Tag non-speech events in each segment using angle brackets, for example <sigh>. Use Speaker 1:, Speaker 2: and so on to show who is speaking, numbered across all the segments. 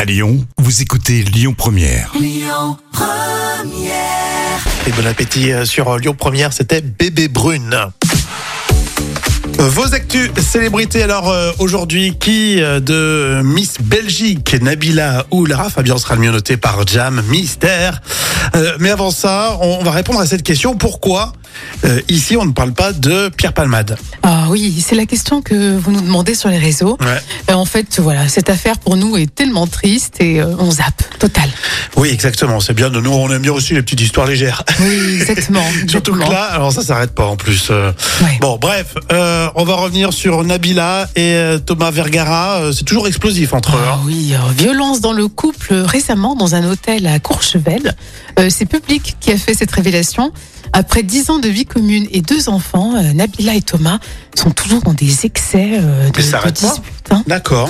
Speaker 1: À Lyon, vous écoutez Lyon Première.
Speaker 2: Et bon appétit euh, sur Lyon Première, c'était Bébé Brune. Vos actus célébrités, alors euh, aujourd'hui, qui euh, de Miss Belgique, Nabila ou Lara Fabien sera le mieux noté par Jam, mystère. Euh, mais avant ça, on on va répondre à cette question, pourquoi euh, ici on ne parle pas de Pierre Palmade
Speaker 3: Ah oui, c'est la question que vous nous demandez sur les réseaux.
Speaker 2: Ouais.
Speaker 3: Euh, en fait, voilà, cette affaire pour nous est tellement triste et euh, on zappe, total.
Speaker 2: Oui, exactement, c'est bien, nous on aime bien aussi les petites histoires légères.
Speaker 3: Oui, exactement.
Speaker 2: <laughs> Surtout que
Speaker 3: exactement.
Speaker 2: là, alors ça s'arrête pas en plus. euh,
Speaker 3: Ouais.
Speaker 2: Bon, bref, euh, on va revenir sur Nabila et euh, Thomas Vergara. Euh, C'est toujours explosif entre eux.
Speaker 3: Ah
Speaker 2: hein.
Speaker 3: oui, euh, violence dans le couple récemment dans un hôtel à Courchevel. Euh, c'est Public qui a fait cette révélation. Après dix ans de vie commune et deux enfants, euh, Nabila et Thomas sont toujours dans des excès euh, de,
Speaker 2: Mais ça
Speaker 3: de
Speaker 2: arrête pas.
Speaker 3: disputes, hein.
Speaker 2: D'accord.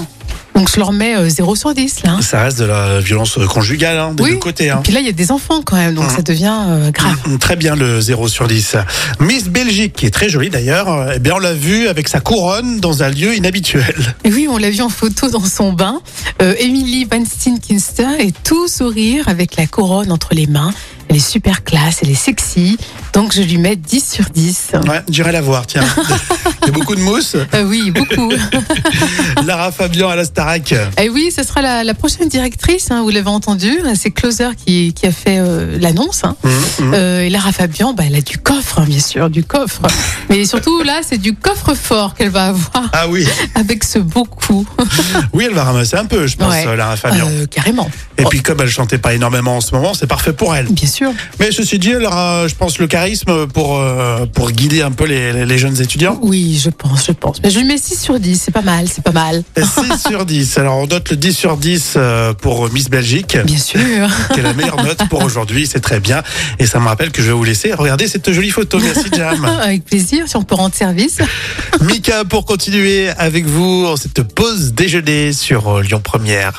Speaker 3: Donc je leur mets euh, 0 sur 10 là. hein.
Speaker 2: Ça reste de la violence conjugale hein, des
Speaker 3: Oui.
Speaker 2: deux côtés. hein.
Speaker 3: Puis là, il y a des enfants quand même, donc
Speaker 2: Mhm.
Speaker 3: ça devient euh, grave.
Speaker 2: Mm, Très bien le 0 sur 10. Miss Belgique, qui est très jolie d'ailleurs, euh, eh bien on l'a vu avec sa couronne dans un lieu inhabituel.
Speaker 3: Et Oui, on l'a vu en photo dans son bain. Euh, Emily Van Steenkinster est tout sourire avec la couronne entre les mains. Elle est super classe, elle est sexy. Donc je lui mets 10 sur 10.
Speaker 2: Ouais, j'irai la
Speaker 3: <laughs>
Speaker 2: voir, tiens. Il y a beaucoup de mousse.
Speaker 3: Euh, oui,
Speaker 2: <laughs>
Speaker 3: beaucoup.
Speaker 2: Lara Fabian à la Starac.
Speaker 3: Et oui, ce sera la, la prochaine directrice, hein, vous l'avez entendu. C'est Closer qui, qui a fait euh, l'annonce. hein.
Speaker 2: Mm, mm.
Speaker 3: Euh, et Lara Fabian, bah, elle a du coffre, hein, bien sûr, du coffre. Mais surtout, là, c'est du coffre fort qu'elle va avoir
Speaker 2: Ah oui,
Speaker 3: avec ce beau coup.
Speaker 2: oui, elle va ramasser un peu, je pense,
Speaker 3: Ouais.
Speaker 2: euh, Lara Fabian.
Speaker 3: Euh, carrément,
Speaker 2: Et puis comme elle chantait pas énormément en ce moment, c'est parfait pour elle.
Speaker 3: bien sûr.
Speaker 2: Mais ceci dit, elle aura, je pense, le charisme pour, euh, pour guider un peu les, les- les
Speaker 3: <laughs>
Speaker 2: jeunes étudiants.
Speaker 3: Oui, je pense, je pense. Mais je lui mets 6 sur 10, c'est pas mal, c'est pas mal.
Speaker 2: 6 sur 10. Alors, on note le 10 sur 10 euh, pour Miss Belgique,
Speaker 3: Bien sûr.
Speaker 2: qui est la meilleure note pour aujourd'hui. C'est très bien. Et ça me rappelle que je vais vous laisser regarder cette jolie photo. Merci, Jam.
Speaker 3: <laughs> Avec plaisir, si on peut rendre service.
Speaker 2: Mika, pour continuer avec vous en cette pause déjeuner sur euh, Lyon Première.